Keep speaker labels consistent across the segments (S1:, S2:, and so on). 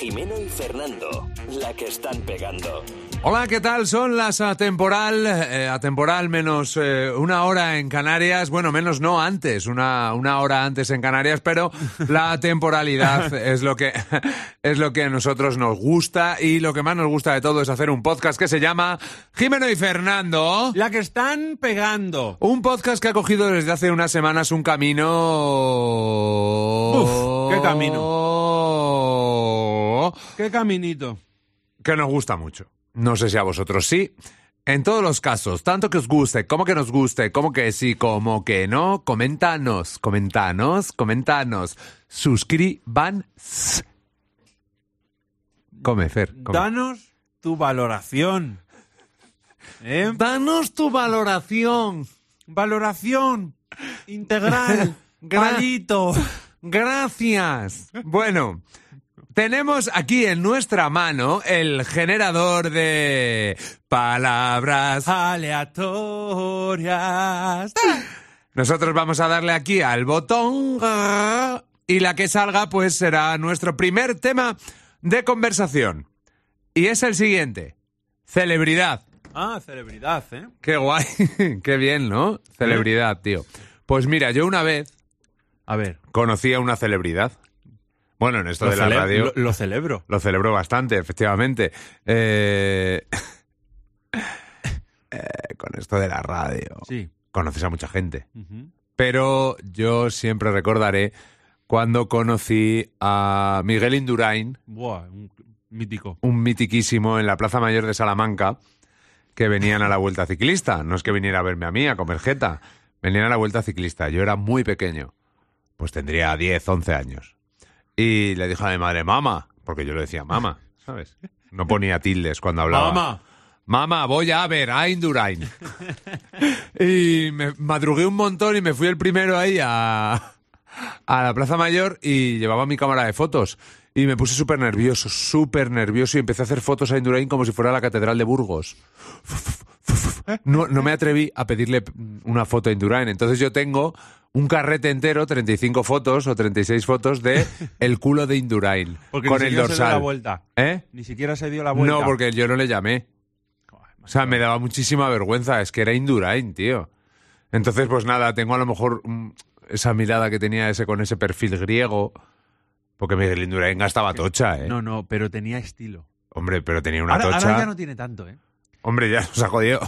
S1: Jimeno y Fernando, la que están pegando.
S2: Hola, ¿qué tal? Son las atemporal, eh, atemporal menos eh, una hora en Canarias, bueno, menos no antes, una, una hora antes en Canarias, pero la temporalidad es lo que es lo que a nosotros nos gusta y lo que más nos gusta de todo es hacer un podcast que se llama Jimeno y Fernando.
S3: La que están pegando.
S2: Un podcast que ha cogido desde hace unas semanas un camino.
S3: Uf, qué
S2: Oh,
S3: Qué caminito.
S2: Que nos gusta mucho. No sé si a vosotros sí. En todos los casos, tanto que os guste, como que nos guste, como que sí, como que no, coméntanos, coméntanos, coméntanos. Suscriban. Come, Fer. come.
S3: Danos tu valoración. ¿Eh?
S2: Danos tu valoración.
S3: Valoración integral.
S2: Gra-
S3: Palito.
S2: Gracias. Bueno, tenemos aquí en nuestra mano el generador de palabras
S3: Aleatorias.
S2: Nosotros vamos a darle aquí al botón y la que salga pues será nuestro primer tema de conversación. Y es el siguiente. Celebridad.
S3: Ah, celebridad, ¿eh?
S2: Qué guay. Qué bien, ¿no? Celebridad, tío. Pues mira, yo una vez
S3: A ver.
S2: conocí a una celebridad. Bueno, en esto de la
S3: cele-
S2: radio
S3: lo- lo celebro.
S2: lo celebro bastante, efectivamente. Eh, eh, con esto de la radio
S3: Sí.
S2: conoces a mucha gente. pero yo siempre recordaré cuando conocí a Miguel Indurain,
S3: Buah, un mítico.
S2: un mitiquísimo en la Plaza Mayor de Salamanca, que venían a la Vuelta Ciclista. No es que viniera a verme a mí, a comer jeta. Venían a la Vuelta Ciclista. Yo era muy pequeño. Pues tendría 10, 11 años. Y le dije a mi madre, mamá, porque yo le decía mamá, ¿sabes? No ponía tildes cuando hablaba.
S3: Mamá.
S2: Mamá, voy a ver a Indurain. y me madrugué un montón y me fui el primero ahí a, a la Plaza Mayor y llevaba mi cámara de fotos. Y me puse súper nervioso, súper nervioso y empecé a hacer fotos a Indurain como si fuera la Catedral de Burgos. No, no me atreví a pedirle una foto a Indurain. Entonces yo tengo un carrete entero, 35 fotos o 36 fotos de el culo de Indurain.
S3: Porque
S2: con
S3: ni
S2: el
S3: siquiera se dio la
S2: dorsal.
S3: vuelta.
S2: ¿Eh?
S3: Ni siquiera se dio la vuelta.
S2: No, porque yo no le llamé. O sea, me daba muchísima vergüenza. Es que era Indurain, tío. Entonces, pues nada, tengo a lo mejor mm, esa mirada que tenía ese con ese perfil griego. Porque Miguel Indurain gastaba tocha, ¿eh?
S3: No, no, pero tenía estilo.
S2: Hombre, pero tenía una
S3: Ahora, ahora
S2: tocha.
S3: ya no tiene tanto, ¿eh?
S2: Hombre, ya nos ha jodido.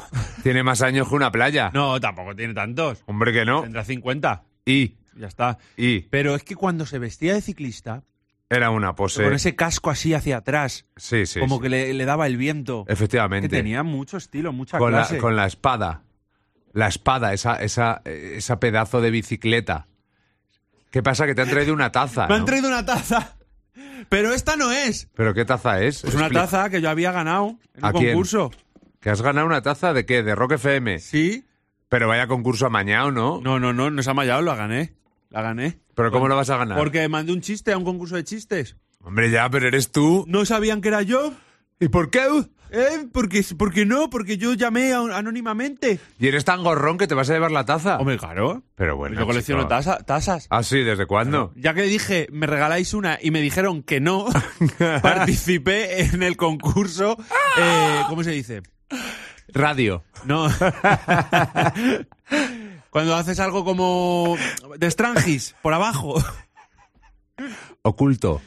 S2: Tiene más años que una playa.
S3: No, tampoco tiene tantos.
S2: Hombre, que no.
S3: Tendrá 50.
S2: Y,
S3: Ya está.
S2: y,
S3: Pero es que cuando se vestía de ciclista,
S2: era una pose.
S3: con ese casco así hacia atrás,
S2: Sí, sí.
S3: como
S2: sí.
S3: que le, le daba el viento, que
S2: Efectivamente.
S3: tenía mucho estilo, mucha
S2: con, la,
S3: clase.
S2: con la espada. La espada, esa, esa, eh, esa pedazo de bicicleta. ¿Qué pasa? Que te han traído una taza.
S3: Me han
S2: ¿no?
S3: traído una taza, pero esta no es.
S2: ¿Pero qué taza es?
S3: Es Pues una
S2: Expli-
S3: taza que yo había ganado en
S2: ¿A
S3: un
S2: quién?
S3: concurso.
S2: ¿Que has ganado una taza de qué? De Rock FM.
S3: Sí.
S2: Pero vaya concurso amañado, ¿no?
S3: No, no, no, no se ha mallado, la gané. La gané.
S2: ¿Pero cómo lo vas a ganar?
S3: Porque mandé un chiste a un concurso de chistes.
S2: Hombre, ya, pero eres tú.
S3: No sabían que era yo.
S2: ¿Y por qué?
S3: ¿Eh? Porque, porque no, porque yo llamé a- anónimamente.
S2: ¿Y eres tan gorrón que te vas a llevar la taza?
S3: Hombre, claro.
S2: Pero bueno,
S3: yo colecciono
S2: chico.
S3: tasa- tasas.
S2: ¿Ah, sí? ¿Desde cuándo?
S3: Ya que dije, me regaláis una y me dijeron que no, participé en el concurso. eh, ¿Cómo se dice?
S2: Radio.
S3: No. Cuando haces algo como de estrangis, por abajo.
S2: Oculto.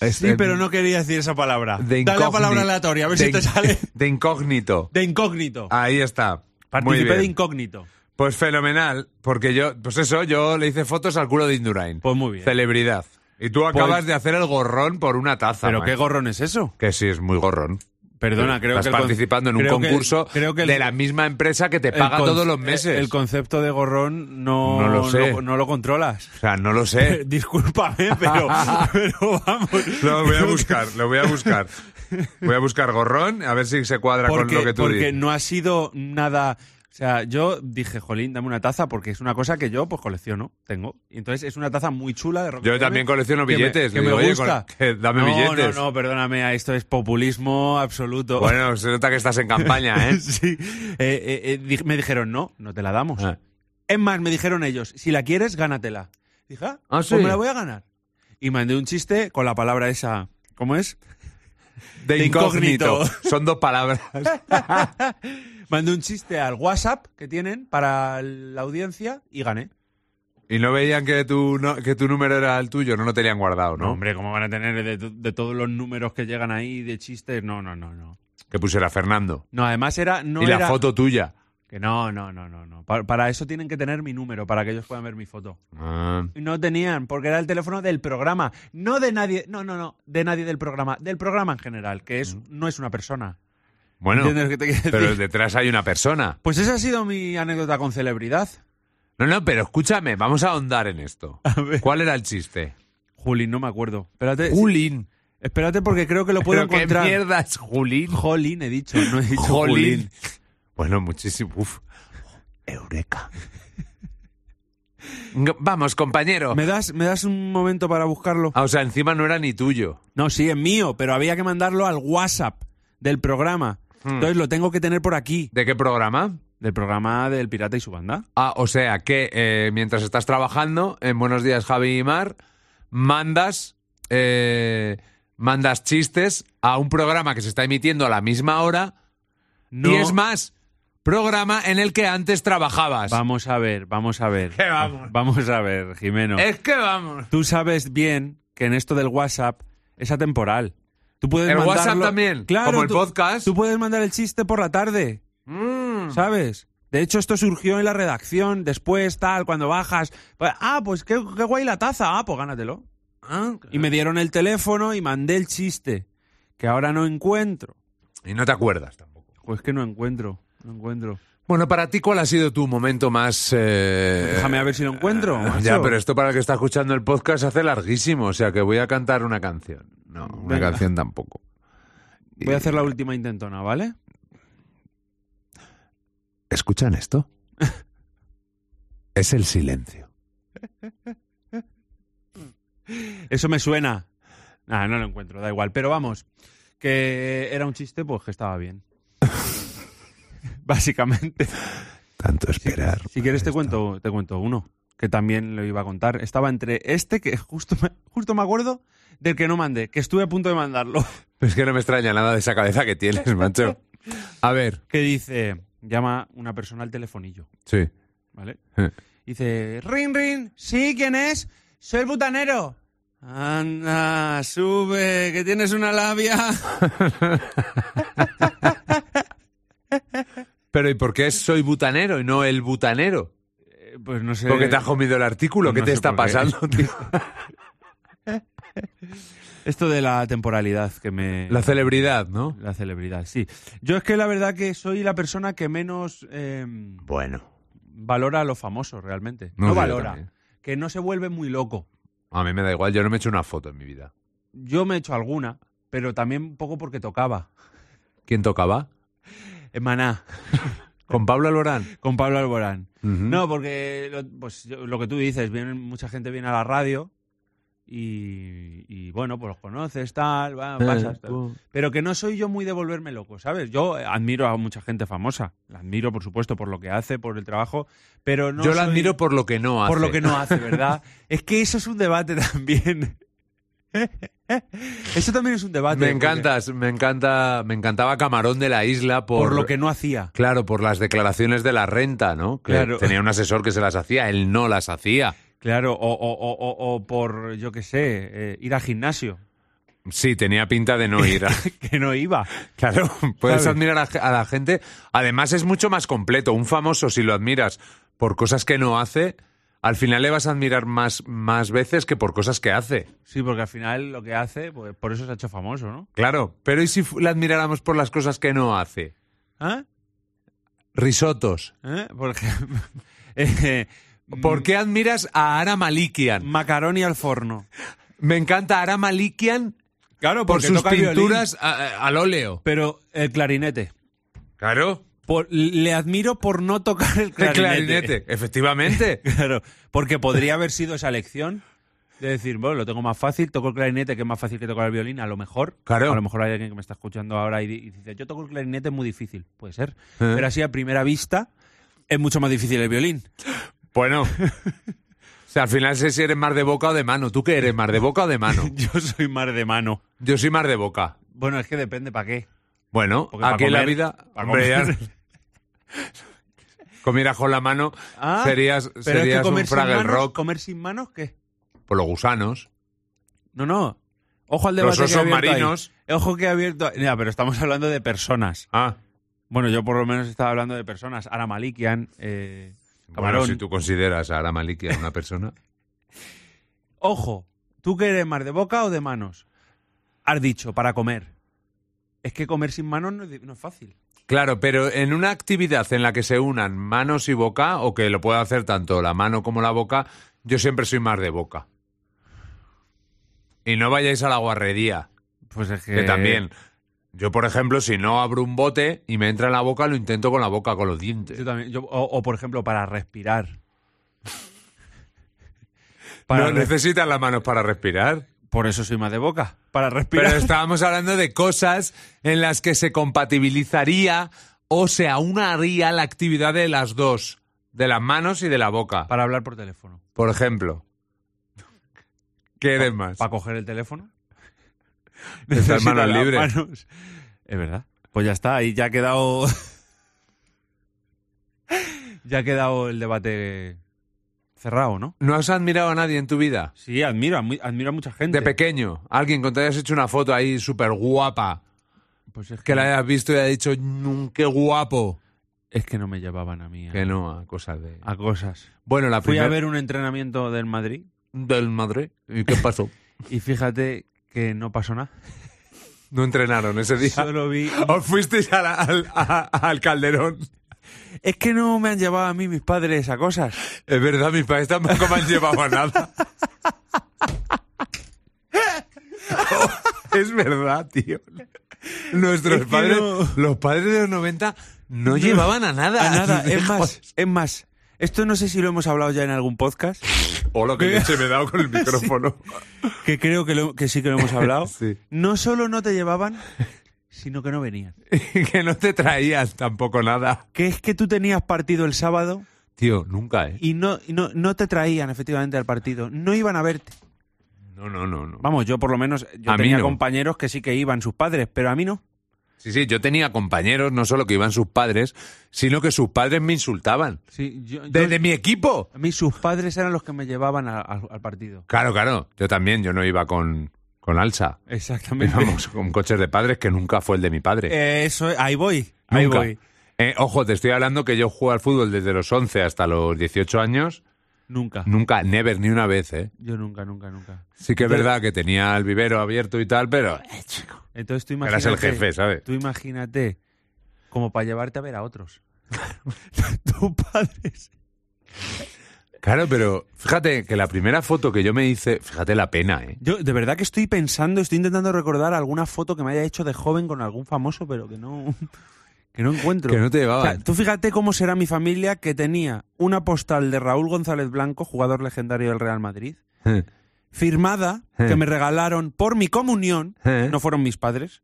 S2: Es
S3: Sí,
S2: de-
S3: pero no quería decir esa palabra.
S2: De
S3: Dale la
S2: incógni-
S3: palabra aleatoria, a ver
S2: de
S3: si te
S2: in-
S3: sale.
S2: De incógnito.
S3: De incógnito.
S2: Ahí está. Muy
S3: Participé de
S2: bien.
S3: incógnito.
S2: Pues fenomenal, porque yo, pues eso, yo le hice fotos al culo de Indurain.
S3: Pues muy bien. Pues-
S2: Celebridad. Y tú acabas de hacer el gorrón por una taza.
S3: Pero
S2: man.
S3: qué gorrón es eso.
S2: Que sí, es muy gorrón.
S3: Perdona, creo
S2: Estás
S3: que. el con-
S2: participando en un
S3: creo que el-
S2: concurso
S3: creo que el-
S2: de la misma empresa que te
S3: el
S2: paga
S3: con-
S2: todos los
S3: eh,
S2: meses.
S3: El concepto de gorrón no,
S2: No lo sé.
S3: no, no lo controlas. Eh,
S2: o sea, no lo sé.
S3: Discúlpame, pero, pero vamos.
S2: Lo voy a
S3: creo que-
S2: buscar, lo voy a buscar. Voy a buscar gorrón, a ver si se cuadra
S3: Porque,
S2: con lo que tú
S3: porque
S2: dices.
S3: no ha sido nada. O sea, yo dije, jolín, dame una taza porque es una cosa que yo pues colecciono, tengo. Y entonces es una taza muy chula de Rock
S2: Yo
S3: FM,
S2: también colecciono
S3: que me-
S2: billetes.
S3: Que
S2: Le
S3: me,
S2: digo, "Oye,
S3: gusta.
S2: con- que dame
S3: no,
S2: billetes".
S3: No, no, perdóname, esto es populismo absoluto.
S2: Bueno, se nota que estás en campaña, ¿eh?
S3: Sí. Eh, eh, eh, di- me dijeron, no, no te la damos.
S2: Ah.
S3: Es más, me dijeron ellos, si la quieres, gánatela. Dije, ah,
S2: Ah, sí.
S3: pues me la voy a ganar. Y mandé un chiste con la palabra esa ¿Cómo es?
S2: De,
S3: De
S2: incógnito.
S3: incógnito.
S2: Son dos palabras.
S3: Mandé un chiste al WhatsApp que tienen para la audiencia y gané.
S2: Y no veían que tu, no- que tu número era el tuyo, no lo tenían guardado,
S3: No,
S2: ¿no?
S3: hombre, ¿cómo van a tener de, de todos los números que llegan ahí de chistes? No, no, no, no.
S2: Que pusiera Fernando.
S3: No, además era. No
S2: y la
S3: era-
S2: foto tuya.
S3: Que no, no, no, no. no. Pa- Para, eso tienen que tener mi número, para que ellos puedan ver mi foto.
S2: Ah,
S3: Y No tenían, porque era el teléfono del programa. No de nadie. No, no, no. De nadie del programa. Del programa en general, que es, no es una persona.
S2: Bueno,
S3: ¿Entiendes lo que te quiero
S2: Mm. Ah, pero
S3: decir?
S2: detrás hay una persona.
S3: Pues esa ha sido mi anécdota con celebridad.
S2: No, no, pero escúchame, vamos a ahondar en esto.
S3: A ver.
S2: ¿Cuál era el chiste?
S3: Juli, no me acuerdo. Espérate.
S2: Julín.
S3: Espérate porque creo que lo puedo
S2: ¿Pero qué
S3: encontrar.
S2: mierda es Julín?
S3: Jolín, he dicho, no he dicho
S2: Jolín.
S3: Julín.
S2: Bueno, muchísimo. Uf. Eureka. Vamos, compañero.
S3: ¿Me das, ¿Me das un momento para buscarlo?
S2: Ah, o sea, encima no era ni tuyo.
S3: No, sí, es mío, pero había que mandarlo al WhatsApp del programa.
S2: Hmm.
S3: Entonces lo tengo que tener por aquí.
S2: ¿De qué programa?
S3: Del programa del Pirata y su banda.
S2: Ah, o sea que eh, mientras estás trabajando, en Buenos Días Javi y Mar, mandas, eh, mandas chistes a un programa que se está emitiendo a la misma hora
S3: No,
S2: y es más, programa en el que antes trabajabas.
S3: Vamos a ver, vamos a ver.
S2: ¿Qué vamos?
S3: Vamos a ver, Jimeno.
S2: Es que vamos.
S3: Tú sabes bien que en esto del WhatsApp es atemporal. Tú puedes
S2: El
S3: mandarlo-
S2: WhatsApp también,
S3: Claro,
S2: como el
S3: tú-
S2: podcast.
S3: Tú puedes mandar el chiste por la tarde.
S2: Mm.
S3: ¿Sabes? De hecho, esto surgió en la redacción, después, tal, cuando bajas. pues, Ah, pues qué, qué guay la taza. Ah, pues gánatelo.
S2: Ah,
S3: Y me dieron el teléfono y mandé el chiste, que ahora no encuentro.
S2: Y no te acuerdas tampoco.
S3: Pues que no encuentro, no encuentro.
S2: Bueno, para ti, ¿cuál ha sido tu momento más... eh,
S3: Déjame a ver si lo encuentro.
S2: Ya,
S3: macho.
S2: pero esto para el que está escuchando el podcast se hace larguísimo, o sea que voy a cantar una canción. No, una
S3: Venga.
S2: canción tampoco.
S3: Voy a hacer la última intentona, ¿vale?
S2: ¿Escuchan esto? es el silencio.
S3: Eso me suena. Nah, no lo encuentro, da igual. Pero vamos, que era un chiste, pues que estaba bien. Básicamente.
S2: Tanto esperar.
S3: Si quieres te cuento, te cuento uno, que también lo iba a contar. Estaba entre este, que justo me, justo me acuerdo, del que no mandé, que estuve a punto de mandarlo.
S2: Es que no me extraña nada de esa cabeza que tienes, macho. A ver,
S3: Que dice, llama una persona al telefonillo,
S2: sí.
S3: ¿vale?
S2: Eh.
S3: Dice, ring, ring, sí, ¿quién es? Soy el butanero. Anda, sube, que tienes una labia.
S2: Pero ¿y por qué es soy butanero y no el butanero?
S3: Eh, Pues no sé.
S2: Porque te has comido el artículo.
S3: no
S2: ¿Qué te
S3: sé
S2: está
S3: por qué.
S2: pasando, tío?
S3: Esto de la temporalidad que me...
S2: La celebridad, ¿no?
S3: la celebridad, sí. Yo es que la verdad que soy la persona que menos... em,
S2: Bueno.
S3: valora a los famosos realmente.
S2: No,
S3: No,
S2: yo
S3: valora.
S2: también.
S3: Que no se vuelve muy loco.
S2: A mí me da igual, yo no me he hecho una foto en mi vida.
S3: Yo me he hecho alguna, pero también un poco porque tocaba.
S2: ¿Quién tocaba?
S3: En Maná,
S2: ¿Con Pablo Alborán?
S3: con Pablo Alborán.
S2: Ujú.
S3: No, porque lo, pues, yo- lo que tú dices, viene, mucha gente viene a la radio y, y, bueno, pues los conoces, tal, va, pasas. tal. Pero que no soy yo muy de volverme loco, ¿sabes? Yo eh, admiro a mucha gente famosa. La admiro, por supuesto, por lo que hace, por el trabajo, pero no
S2: yo la
S3: soy-
S2: admiro por lo que no hace.
S3: por lo que no hace, ¿verdad? es que eso es un debate también. eso también es un debate.
S2: Me
S3: porque-
S2: encantas, me encanta, me encantaba Camarón de la Isla por,
S3: Por, lo que no hacía.
S2: Claro, por las declaraciones de la renta, ¿no? Que
S3: Claro.
S2: Tenía un asesor que se las hacía, él no las hacía.
S3: Claro, o, o- o- o- o por, yo qué sé, eh, ir al gimnasio,
S2: Sí, tenía pinta de no ir. a-
S3: que no iba.
S2: claro, puedes
S3: ¿Sabes?
S2: admirar a, ge- a la gente. Además, es mucho más completo. Un famoso, si lo admiras por cosas que no hace, al final le vas a admirar más, más veces que por cosas que hace.
S3: Sí, porque al final lo que hace, pues por eso se ha hecho famoso, ¿no?
S2: Claro, pero ¿y si fu- le admiráramos por las cosas que no hace?
S3: ¿Ah?
S2: Risotos.
S3: ¿Eh? Por ejemplo, eh,
S2: ¿Por qué admiras a Ara
S3: Mm.
S2: Malikian?
S3: Macaroni al forno.
S2: Me encanta Ara Malikian
S3: Claro,
S2: por sus pinturas a- a- al óleo.
S3: Pero el clarinete.
S2: Claro.
S3: Por- le admiro por no tocar el
S2: El
S3: clarinete.
S2: clarinete, efectivamente.
S3: Claro, porque podría haber sido esa elección de decir, bueno, lo tengo más fácil, toco el clarinete, que es más fácil que tocar el violín, a lo mejor.
S2: Claro.
S3: A lo mejor hay alguien que me está escuchando ahora y, di- y dice, yo toco el clarinete, es muy difícil. Puede ser.
S2: Eh.
S3: Pero así a primera vista es mucho más difícil el violín.
S2: Bueno, sea, al final sé si eres más de boca o de mano. ¿Tú qué eres, más de boca o de mano?
S3: Yo soy mar de mano.
S2: Yo soy más de boca.
S3: Bueno, es que depende para qué.
S2: Bueno,
S3: Porque pa'
S2: aquí en la
S3: comer,
S2: vida...
S3: pa'
S2: hombre, ya-
S3: comer.
S2: comieras con la mano,
S3: Ah,
S2: serías,
S3: Pero es que
S2: serías
S3: comer
S2: un
S3: sin
S2: Fraggle
S3: manos-
S2: Rock
S3: ¿Comer sin manos qué?
S2: por los gusanos.
S3: No, no. Ojo al
S2: Los
S3: debate que he
S2: osos
S3: abierto ahí.
S2: marinos.
S3: Ojo que he abierto... Mira, pero estamos hablando de personas.
S2: Ah,
S3: Bueno, yo por lo menos estaba hablando de personas. Ara Malikian, eh, Camarón.
S2: bueno, si tú consideras a Ara Maliki a una persona...
S3: Ojo, ¿tú qué eres más de boca o de manos? Has dicho, para comer. Es que comer sin manos no es, di- no es fácil.
S2: Claro, pero en una actividad en la que se unan manos y boca, o que lo pueda hacer tanto la mano como la boca, yo siempre soy más de boca. Y no vayáis a la guarrería,
S3: Pues es que...
S2: que también. Yo, por ejemplo, si no abro un bote y me entra en la boca, lo intento con la boca, con los dientes.
S3: Yo también. Yo- o, o, por ejemplo, para respirar. Para
S2: no
S3: res-
S2: necesitas las manos para respirar.
S3: Por eso soy más de boca. Para respirar.
S2: Pero estábamos hablando de cosas en las que se compatibilizaría o se aunaría la actividad de las dos, de las manos y de la boca.
S3: Para hablar por teléfono.
S2: Por ejemplo. ¿Qué eres más?
S3: Para coger el teléfono.
S2: Estas
S3: Necesito
S2: manos
S3: las
S2: libres.
S3: manos. Es verdad. Pues ya está, ahí ya ha quedado. ya ha quedado el debate cerrado, ¿no?
S2: ¿No has admirado a nadie en tu vida?
S3: Sí, admiro, a mu- admiro a mucha gente.
S2: De pequeño. Alguien con te hayas hecho una foto ahí súper guapa.
S3: Pues es
S2: Que
S3: que,
S2: la hayas visto y hayas dicho, "Mm, qué guapo.
S3: es que no me llevaban a mí a,
S2: Que no, a cosas de... ah,
S3: a cosas.
S2: Bueno, la
S3: Fui
S2: primera...
S3: a ver un entrenamiento del Madrid
S2: Del Madrid. ¿Y qué pasó?
S3: y fíjate que no pasó nada.
S2: no entrenaron ese día.
S3: Solo vi.
S2: Os fuisteis a la- al, a- al Calderón.
S3: Es que no me han llevado a mí mis padres a cosas.
S2: Es verdad, mis padres tampoco me han llevado a nada. Oh, es verdad, tío. Nuestros
S3: Es que
S2: padres,
S3: no-
S2: los padres de los 90, no, llevaban a nada.
S3: A nada, es
S2: Joder.
S3: más, es más. Esto no sé si lo hemos hablado ya en algún podcast,
S2: O Oh, lo que leche me he dado con el micrófono.
S3: que creo que, lo- que sí que lo hemos hablado.
S2: Sí.
S3: No solo no te llevaban, sino que no venían.
S2: que no te traían tampoco nada.
S3: Que es que tú tenías partido el sábado
S2: Tío, nunca, ¿eh?
S3: y no, y no, no te traían efectivamente al partido. No iban a verte.
S2: No, no, no. no.
S3: Vamos, yo por lo menos yo
S2: A mí
S3: tenía
S2: no.
S3: compañeros que sí que iban sus padres, pero a mí no.
S2: Sí, sí, yo tenía compañeros, no solo que iban sus padres, sino que sus padres me insultaban.
S3: Sí, yo,
S2: ¡Desde mi equipo!
S3: a mí sus padres eran los que me llevaban a- a- al partido.
S2: Claro, claro. Yo también, yo no iba con, con alza.
S3: Exactamente. Eh,
S2: Íbamos con coches de padres que nunca fue el de mi padre.
S3: Eso, ahí voy. Ahí
S2: nunca.
S3: voy.
S2: Eh, ojo, te estoy hablando que yo juego al fútbol desde los 11 hasta los 18 años.
S3: Nunca.
S2: Nunca, never, ni una vez, ¿eh?
S3: Yo nunca, nunca, nunca.
S2: Sí que es verdad que tenía el vivero abierto y tal, pero... eh, chico,
S3: Entonces tú
S2: Eras
S3: imagínate.
S2: el jefe, ¿sabes?
S3: Tú imagínate como para llevarte a ver a otros. Tus padres.
S2: Claro, pero fíjate que la primera foto que yo me hice... Fíjate la pena, ¿eh?
S3: Yo de verdad que estoy pensando, estoy intentando recordar alguna foto que me haya hecho de joven con algún famoso, pero que no, que no encuentro.
S2: Que no te
S3: O sea,
S2: llevaban.
S3: tú fíjate cómo será mi familia que tenía una postal de Raúl González Blanco, jugador legendario del Real Madrid, firmada,
S2: Eh.
S3: que me regalaron por mi comunión,
S2: Eh.
S3: no fueron mis padres,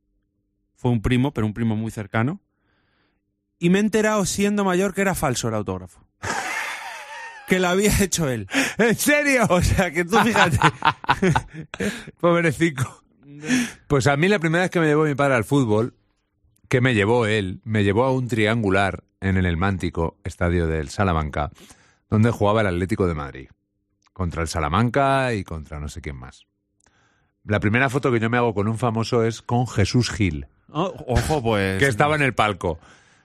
S3: fue un primo, pero un primo muy cercano, y me he enterado siendo mayor que era falso el autógrafo. Que lo había hecho él.
S2: ¿En serio?
S3: O sea, que tú fíjate.
S2: Pobrecito. Pues a mí la primera vez que me llevó mi padre al fútbol, que me llevó él, me llevó a un triangular en el Mántico, estadio del Salamanca, donde jugaba el Atlético de Madrid, contra el Salamanca y contra no sé quién más. La primera foto que yo me hago con un famoso es con Jesús Gil,
S3: Oh, ojo, pues.
S2: que estaba en el palco.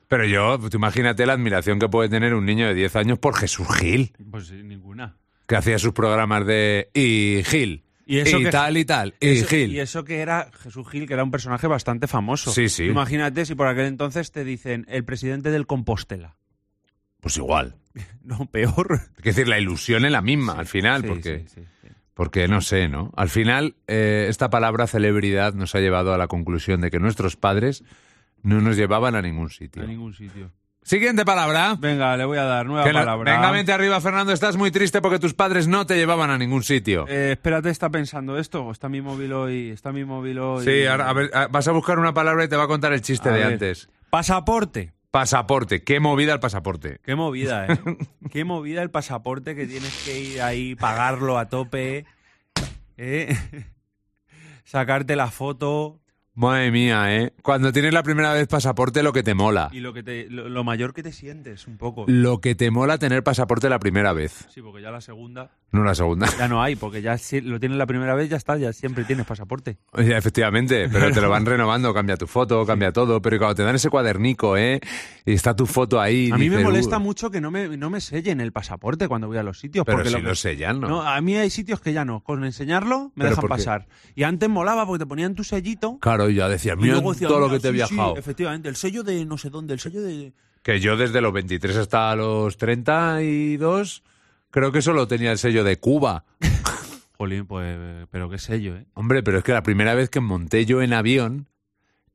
S2: Pero yo, tú imagínate la admiración que puede tener un niño de 10 años por Jesús Gil,
S3: Pues ninguna.
S2: que hacía sus programas de... Y Gil.
S3: Y
S2: Y,
S3: eso que-
S2: tal y tal. Y
S3: Eso-
S2: Gil.
S3: Y eso que era Jesús Gil, que era un personaje bastante famoso.
S2: Sí, sí.
S3: Imagínate si por aquel entonces te dicen el presidente del Compostela.
S2: Pues igual.
S3: No, peor.
S2: Es decir, la ilusión es la misma al final,
S3: Sí,
S2: porque,
S3: sí, sí, sí.
S2: porque no sé, ¿no? Al final, eh, esta palabra celebridad nos ha llevado a la conclusión de que nuestros padres no nos llevaban a ningún sitio.
S3: A ningún sitio.
S2: Siguiente palabra.
S3: Venga, le voy a dar nueva
S2: Que no-
S3: palabra.
S2: venga, vente arriba, Fernando. Estás muy triste porque tus padres no te llevaban a ningún sitio.
S3: Eh, espérate, está pensando esto. Está mi móvil hoy. Está mi móvil hoy.
S2: sí, ahora, a ver, a- vas a buscar una palabra y te va a contar el chiste
S3: A
S2: de
S3: ver.
S2: antes.
S3: Pasaporte.
S2: Pasaporte, qué movida el pasaporte.
S3: Qué movida, ¿eh? Qué movida el pasaporte que tienes que ir ahí, pagarlo a tope, ¿eh? sacarte la foto
S2: Madre mía, ¿eh? Cuando tienes la primera vez pasaporte, lo que te mola.
S3: y lo, que te, lo, lo mayor que te sientes un poco.
S2: Lo que te mola tener pasaporte la primera vez,
S3: Sí, porque ya la segunda
S2: no la segunda.
S3: ya no hay, porque ya si lo tienes la primera vez, ya está, ya siempre tienes pasaporte.
S2: Ya, efectivamente, pero te lo van renovando, cambia tu foto, cambia todo, pero cuando te dan ese cuadernico, ¿eh? Y está tu foto ahí.
S3: a mí me
S2: dices,
S3: molesta
S2: "Uh".
S3: mucho que no me, no me sellen el pasaporte cuando voy a los sitios.
S2: Pero
S3: porque
S2: si
S3: que-
S2: lo sellan, ¿no?
S3: No, a mí hay sitios que ya no. Con enseñarlo me
S2: ¿Pero
S3: dejan
S2: por qué?
S3: pasar. Y antes molaba porque te ponían tu sellito.
S2: Claro, y ya decía,
S3: y
S2: mira
S3: luego decían,
S2: todo lo
S3: "Mira,
S2: que te he
S3: sí, sí,
S2: viajado.
S3: efectivamente, el sello de no sé dónde, el sello de.
S2: que yo desde los 23 hasta los 32, creo que solo tenía el sello de Cuba.
S3: Jolín, pues, pero qué sello, ¿eh?
S2: Hombre, pero es que la primera vez que monté yo en avión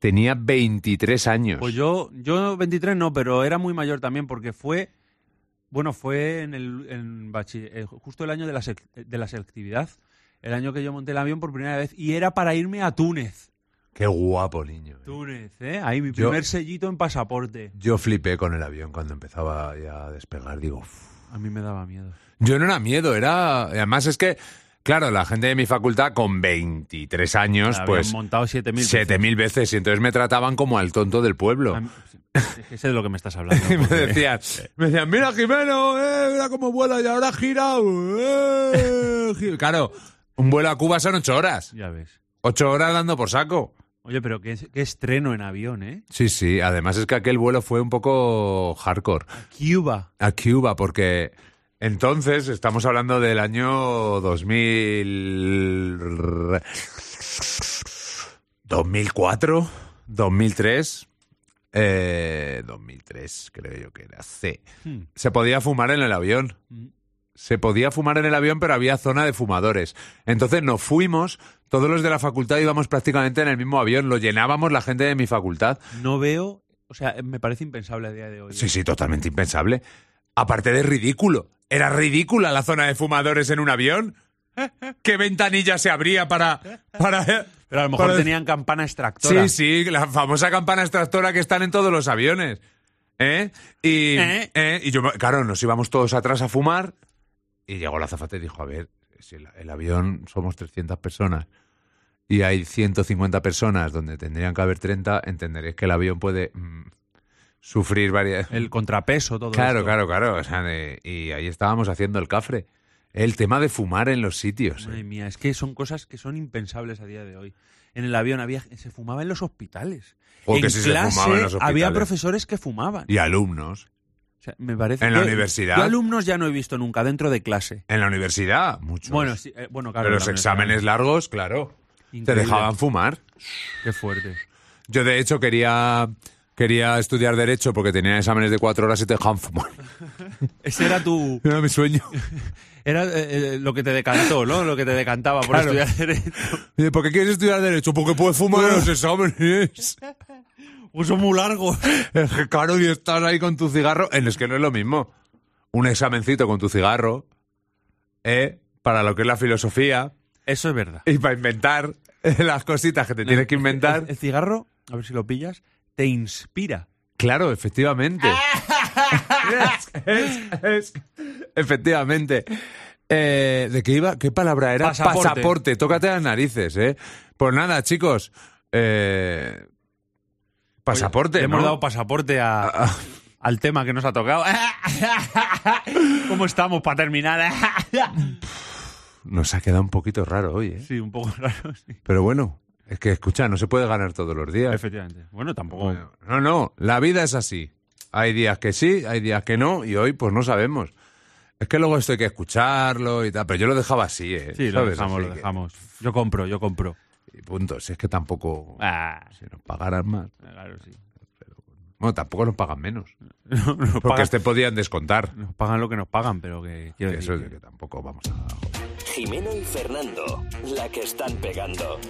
S2: tenía 23 años.
S3: Pues yo, yo 23 no, pero era muy mayor también porque fue, bueno, fue en el en bachi- eh, justo el año de la, sec- de la selectividad, el año que yo monté el avión por primera vez y era para irme a Túnez.
S2: Qué guapo, niño. ¿eh?
S3: Túnez, ¿eh? Ahí mi
S2: Yo-
S3: primer sellito en pasaporte.
S2: Yo flipé con el avión cuando empezaba ya a despegar. Digo, "Uf".
S3: A mí me daba miedo.
S2: yo no era miedo, era. Además, es que, claro, la gente de mi facultad con 23 años,
S3: Habían
S2: pues,
S3: montado 7000 veces.
S2: 7000 veces. Y entonces me trataban como al tonto del pueblo.
S3: A mí- Es que sé de lo que me estás hablando.
S2: Y me
S3: porque-
S2: decían, me decían, mira Jimeno, eh, mira cómo vuela y ahora gira. eh, gi-". Claro, un vuelo a Cuba son ocho horas.
S3: Ya ves.
S2: Ocho horas dando por saco.
S3: Oye, pero qué, qué estreno en avión, ¿eh?
S2: Sí, sí, además es que aquel vuelo fue un poco hardcore
S3: Cuba.
S2: a Cuba porque entonces estamos hablando del año 2000... 2004, 2003, eh, 2003 creo yo que era, sí.
S3: Hmm.
S2: Se podía fumar en el avión.
S3: Mm.
S2: Se podía fumar en el avión, pero había zona de fumadores. Entonces nos fuimos, todos los de la facultad íbamos prácticamente en el mismo avión, lo llenábamos la gente de mi facultad.
S3: No veo, o sea, me parece impensable a día de hoy. ¿eh?
S2: Sí, sí, totalmente impensable. Aparte de ridículo. Era ridícula la zona de fumadores en un avión. ¿Qué ventanilla se abría para... para
S3: Pero a lo mejor
S2: para-
S3: tenían campana extractora.
S2: Sí, sí, la famosa campana extractora que están en todos los aviones. ¿Eh? Y,
S3: ¿Eh?
S2: ¿eh? y yo, claro, nos íbamos todos atrás a fumar y llegó la azafata y dijo, a ver, si el, el avión somos 300 personas y hay 150 personas donde tendrían que haber 30, entenderéis que el avión puede mm, sufrir varias...
S3: El contrapeso, todo
S2: Claro,
S3: esto.
S2: claro, claro. o sea, de- y ahí estábamos haciendo el cafre. El tema de fumar en los sitios.
S3: Madre
S2: ¿eh?
S3: mía, es que son cosas que son impensables a día de hoy. En el avión había, se fumaba en los hospitales.
S2: Joder,
S3: en
S2: que sí se
S3: clase
S2: fumaba en los
S3: había
S2: hospitales.
S3: profesores que fumaban.
S2: Y alumnos.
S3: O sea, me parece.
S2: En la
S3: yo-
S2: universidad.
S3: yo alumnos ya no he visto nunca dentro de clase.
S2: En la universidad, muchos.
S3: Bueno, sí, eh, bueno, claro.
S2: Pero
S3: en
S2: los
S3: la universidad.
S2: exámenes largos, claro. Te
S3: Increíble.
S2: dejaban fumar.
S3: Qué fuerte.
S2: Yo, de hecho, quería, quería estudiar Derecho porque tenía exámenes de cuatro horas y te dejaban fumar.
S3: Ese era tu.
S2: Era mi sueño.
S3: Era eh, eh, lo que te decantó, ¿no? Lo que te decantaba por
S2: Claro.
S3: estudiar Derecho.
S2: Oye, ¿Por qué quieres estudiar Derecho? Porque puedes fumar en los exámenes.
S3: Pues son muy largos.
S2: Es que, claro, y estás ahí con tu cigarro. Eh, Es que no es lo mismo. Un examencito con tu cigarro, ¿eh? Para lo que es la filosofía
S3: Eso es verdad.
S2: y para inventar eh, las cositas que te tienes que inventar.
S3: El, el cigarro, a ver si lo pillas, te inspira.
S2: Claro, efectivamente. Es- es- es- efectivamente. Eh, ¿De qué iba? ¿Qué palabra era?
S3: Pasaporte.
S2: Tócate las narices, ¿eh? Pues nada, chicos. eh, pasaporte.
S3: Le hemos
S2: ¿no?
S3: dado pasaporte a- al tema que nos ha tocado. ¿Cómo estamos para terminar?
S2: Nos ha quedado un poquito raro hoy, ¿eh?
S3: sí, un poco raro, sí.
S2: Pero bueno, es que escucha, no se puede ganar todos los días.
S3: Efectivamente. Bueno, tampoco.
S2: Bueno, No, no, la vida es así. Hay días que sí, hay días que no, y hoy pues no sabemos. Es que luego esto hay que escucharlo y tal, pero yo lo dejaba así, ¿eh?
S3: Sí, lo
S2: ¿Sabes?
S3: dejamos,
S2: Así
S3: lo
S2: que-
S3: dejamos. Yo compro, yo compro.
S2: y punto, si es que tampoco...
S3: Ah,
S2: Si nos pagaran más...
S3: claro, sí.
S2: Bueno, tampoco nos pagan menos.
S3: No, nos,
S2: Porque
S3: pagan,
S2: este podían descontar.
S3: nos pagan lo que nos pagan, pero que quiero
S2: Que
S3: decir
S2: eso es
S3: que-
S2: de que tampoco vamos a...
S1: Jimeno y Fernando, la que están pegando.